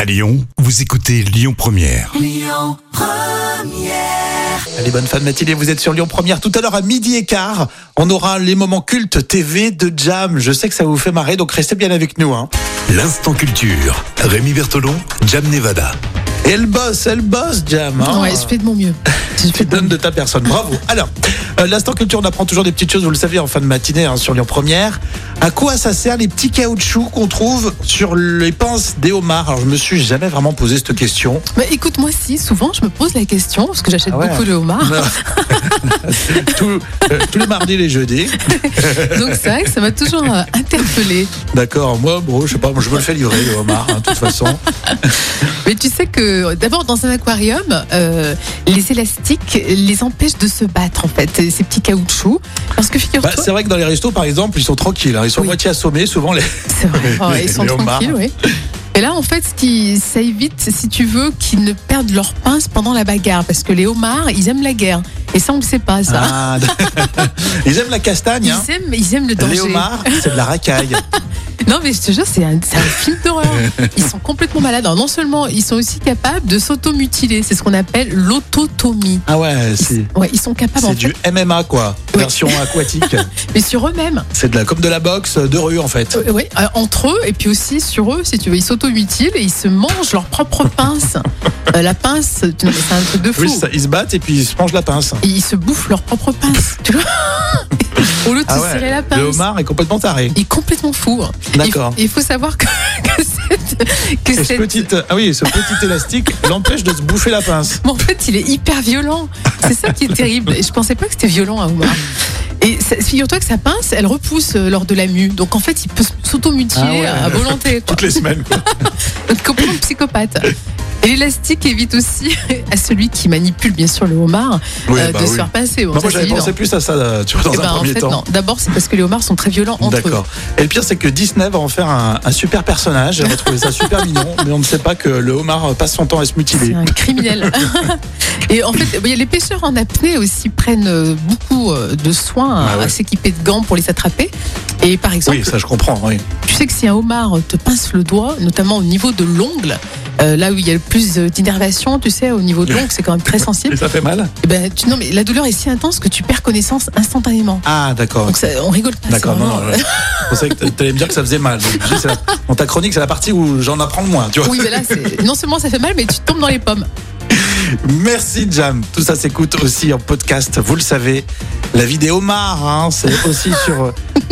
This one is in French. À Lyon, vous écoutez Lyon Première. Allez, bonne fin de matinée, vous êtes sur Lyon Première. Tout à l'heure à midi et quart, on aura les moments cultes TV de Jam. Je sais que ça vous fait marrer, donc restez bien avec nous. Hein. L'instant culture. Rémi Bertolon, Jam Nevada. Et elle bosse, elle bosse Jam. hein. Ouais, je fais de mon mieux. Je fais Tu de mon donnes de ta personne, bravo. Alors, euh, l'instant culture, on apprend toujours des petites choses, vous le savez, en fin de matinée hein, sur Lyon Première. À quoi ça sert les petits caoutchoucs qu'on trouve sur les pinces des homards Alors, je me suis jamais vraiment posé cette question. Bah, écoute, moi si, souvent, je me pose la question, parce que j'achète Ah ouais. beaucoup de homards. Tout- euh, tous les mardis, les jeudis. Donc c'est vrai que ça m'a toujours euh, interpellée. D'accord, moi, bon, je sais pas, moi, je me le fais livrer, le homard, hein, de toute façon. Mais tu sais que, d'abord, dans un aquarium, euh, les élastiques les empêchent de se battre, en fait, ces petits caoutchoucs. Parce que Bah, figure-toi, c'est vrai que dans les restos, par exemple, ils sont tranquilles. hein, Ils sont Oui. moitié assommés, souvent. Les... c'est vrai, ouais, les- ils sont les homards. tranquilles, oui. Et là, en fait, ce qui, ça évite, si tu veux, qu'ils ne perdent leur pince pendant la bagarre. Parce que les homards, ils aiment la guerre. Et ça, on ne le sait pas, ça. Ah, ils aiment la castagne. hein. Ils aiment, ils aiment le danger. Les homards, c'est de la racaille. Non, mais je te jure, c'est un, c'est un film d'horreur. Ils sont complètement malades. Alors, non seulement ils sont aussi capables de s'automutiler, c'est ce qu'on appelle l'autotomie. Ah ouais, c'est. Ouais, Ah ils sont capables, en C'est du MMA quoi, Ouais. version aquatique. fait, mais sur eux-mêmes. C'est de la comme de la boxe de rue en fait. Euh, ouais, euh, entre eux et puis aussi sur eux, si tu veux. Ils s'automutilent et ils se mangent leur propre pince. Euh, la pince, tu- non, mais c'est un truc de fou. Oui, ça, ils se battent et puis ils se mangent la pince. Et ils se bouffent leur propre pince, tu vois. Au lieu de Ah se ouais, serrer la pince. Le homard est complètement taré. Il est complètement fou. hein. D'accord. Il faut savoir que, que cette- que Et ce cette petit, ah oui, ce petit élastique l'empêche de se bouffer la pince. Mais en fait, il est hyper violent. C'est ça qui est terrible. Et Je pensais pas que c'était violent à Omar. Et ça- figure-toi que sa pince, elle repousse euh, lors de la mue. Donc en fait, il peut s'automutiler Ah ouais. à volonté. quoi. Toutes les semaines. quoi. Donc complètement psychopathe. Et l'élastique évite aussi à celui qui manipule bien sûr le homard Oui, euh, bah de se oui. faire pincer. Bon, Non, ça, moi c'est j'avais évident. pensé plus à ça euh, tu vois, dans Eh un ben, en premier fait, temps. non. D'abord, c'est parce que les homards sont très violents entre eux. D'accord. Et le pire, c'est que Disney va en faire un, un super personnage. On va trouver ça super mignon, mais on ne sait pas que le homard passe son temps à se C'est mutiler. un criminel. Et en fait, les pêcheurs en apnée aussi prennent euh, beaucoup euh, de soins à- Ah ouais. à s'équiper de gants pour les attraper. Et par exemple, Oui, ça je comprends. Oui. tu sais que si un homard te pince le doigt, notamment au niveau de l'ongle, euh, là où il y a le plus euh, d'innervation, tu sais, au niveau de l'ongle, c'est quand même très sensible. Et ça fait mal Eh ben, tu, non, mais la douleur est si intense que tu perds connaissance instantanément. Ah, d'accord. Donc ça, on rigole pas. D'accord, c'est non, vraiment- non. Je pensais que tu allais me dire que ça faisait mal. Donc, je dis, c'est la- dans ta chronique, c'est la partie où j'en apprends le moins. Tu vois Oui, mais là, c'est- non seulement ça fait mal, mais tu tombes dans les pommes. Merci, Jam. Tout ça s'écoute aussi en podcast, vous le savez. La vidéo Mar, hein, c'est aussi sur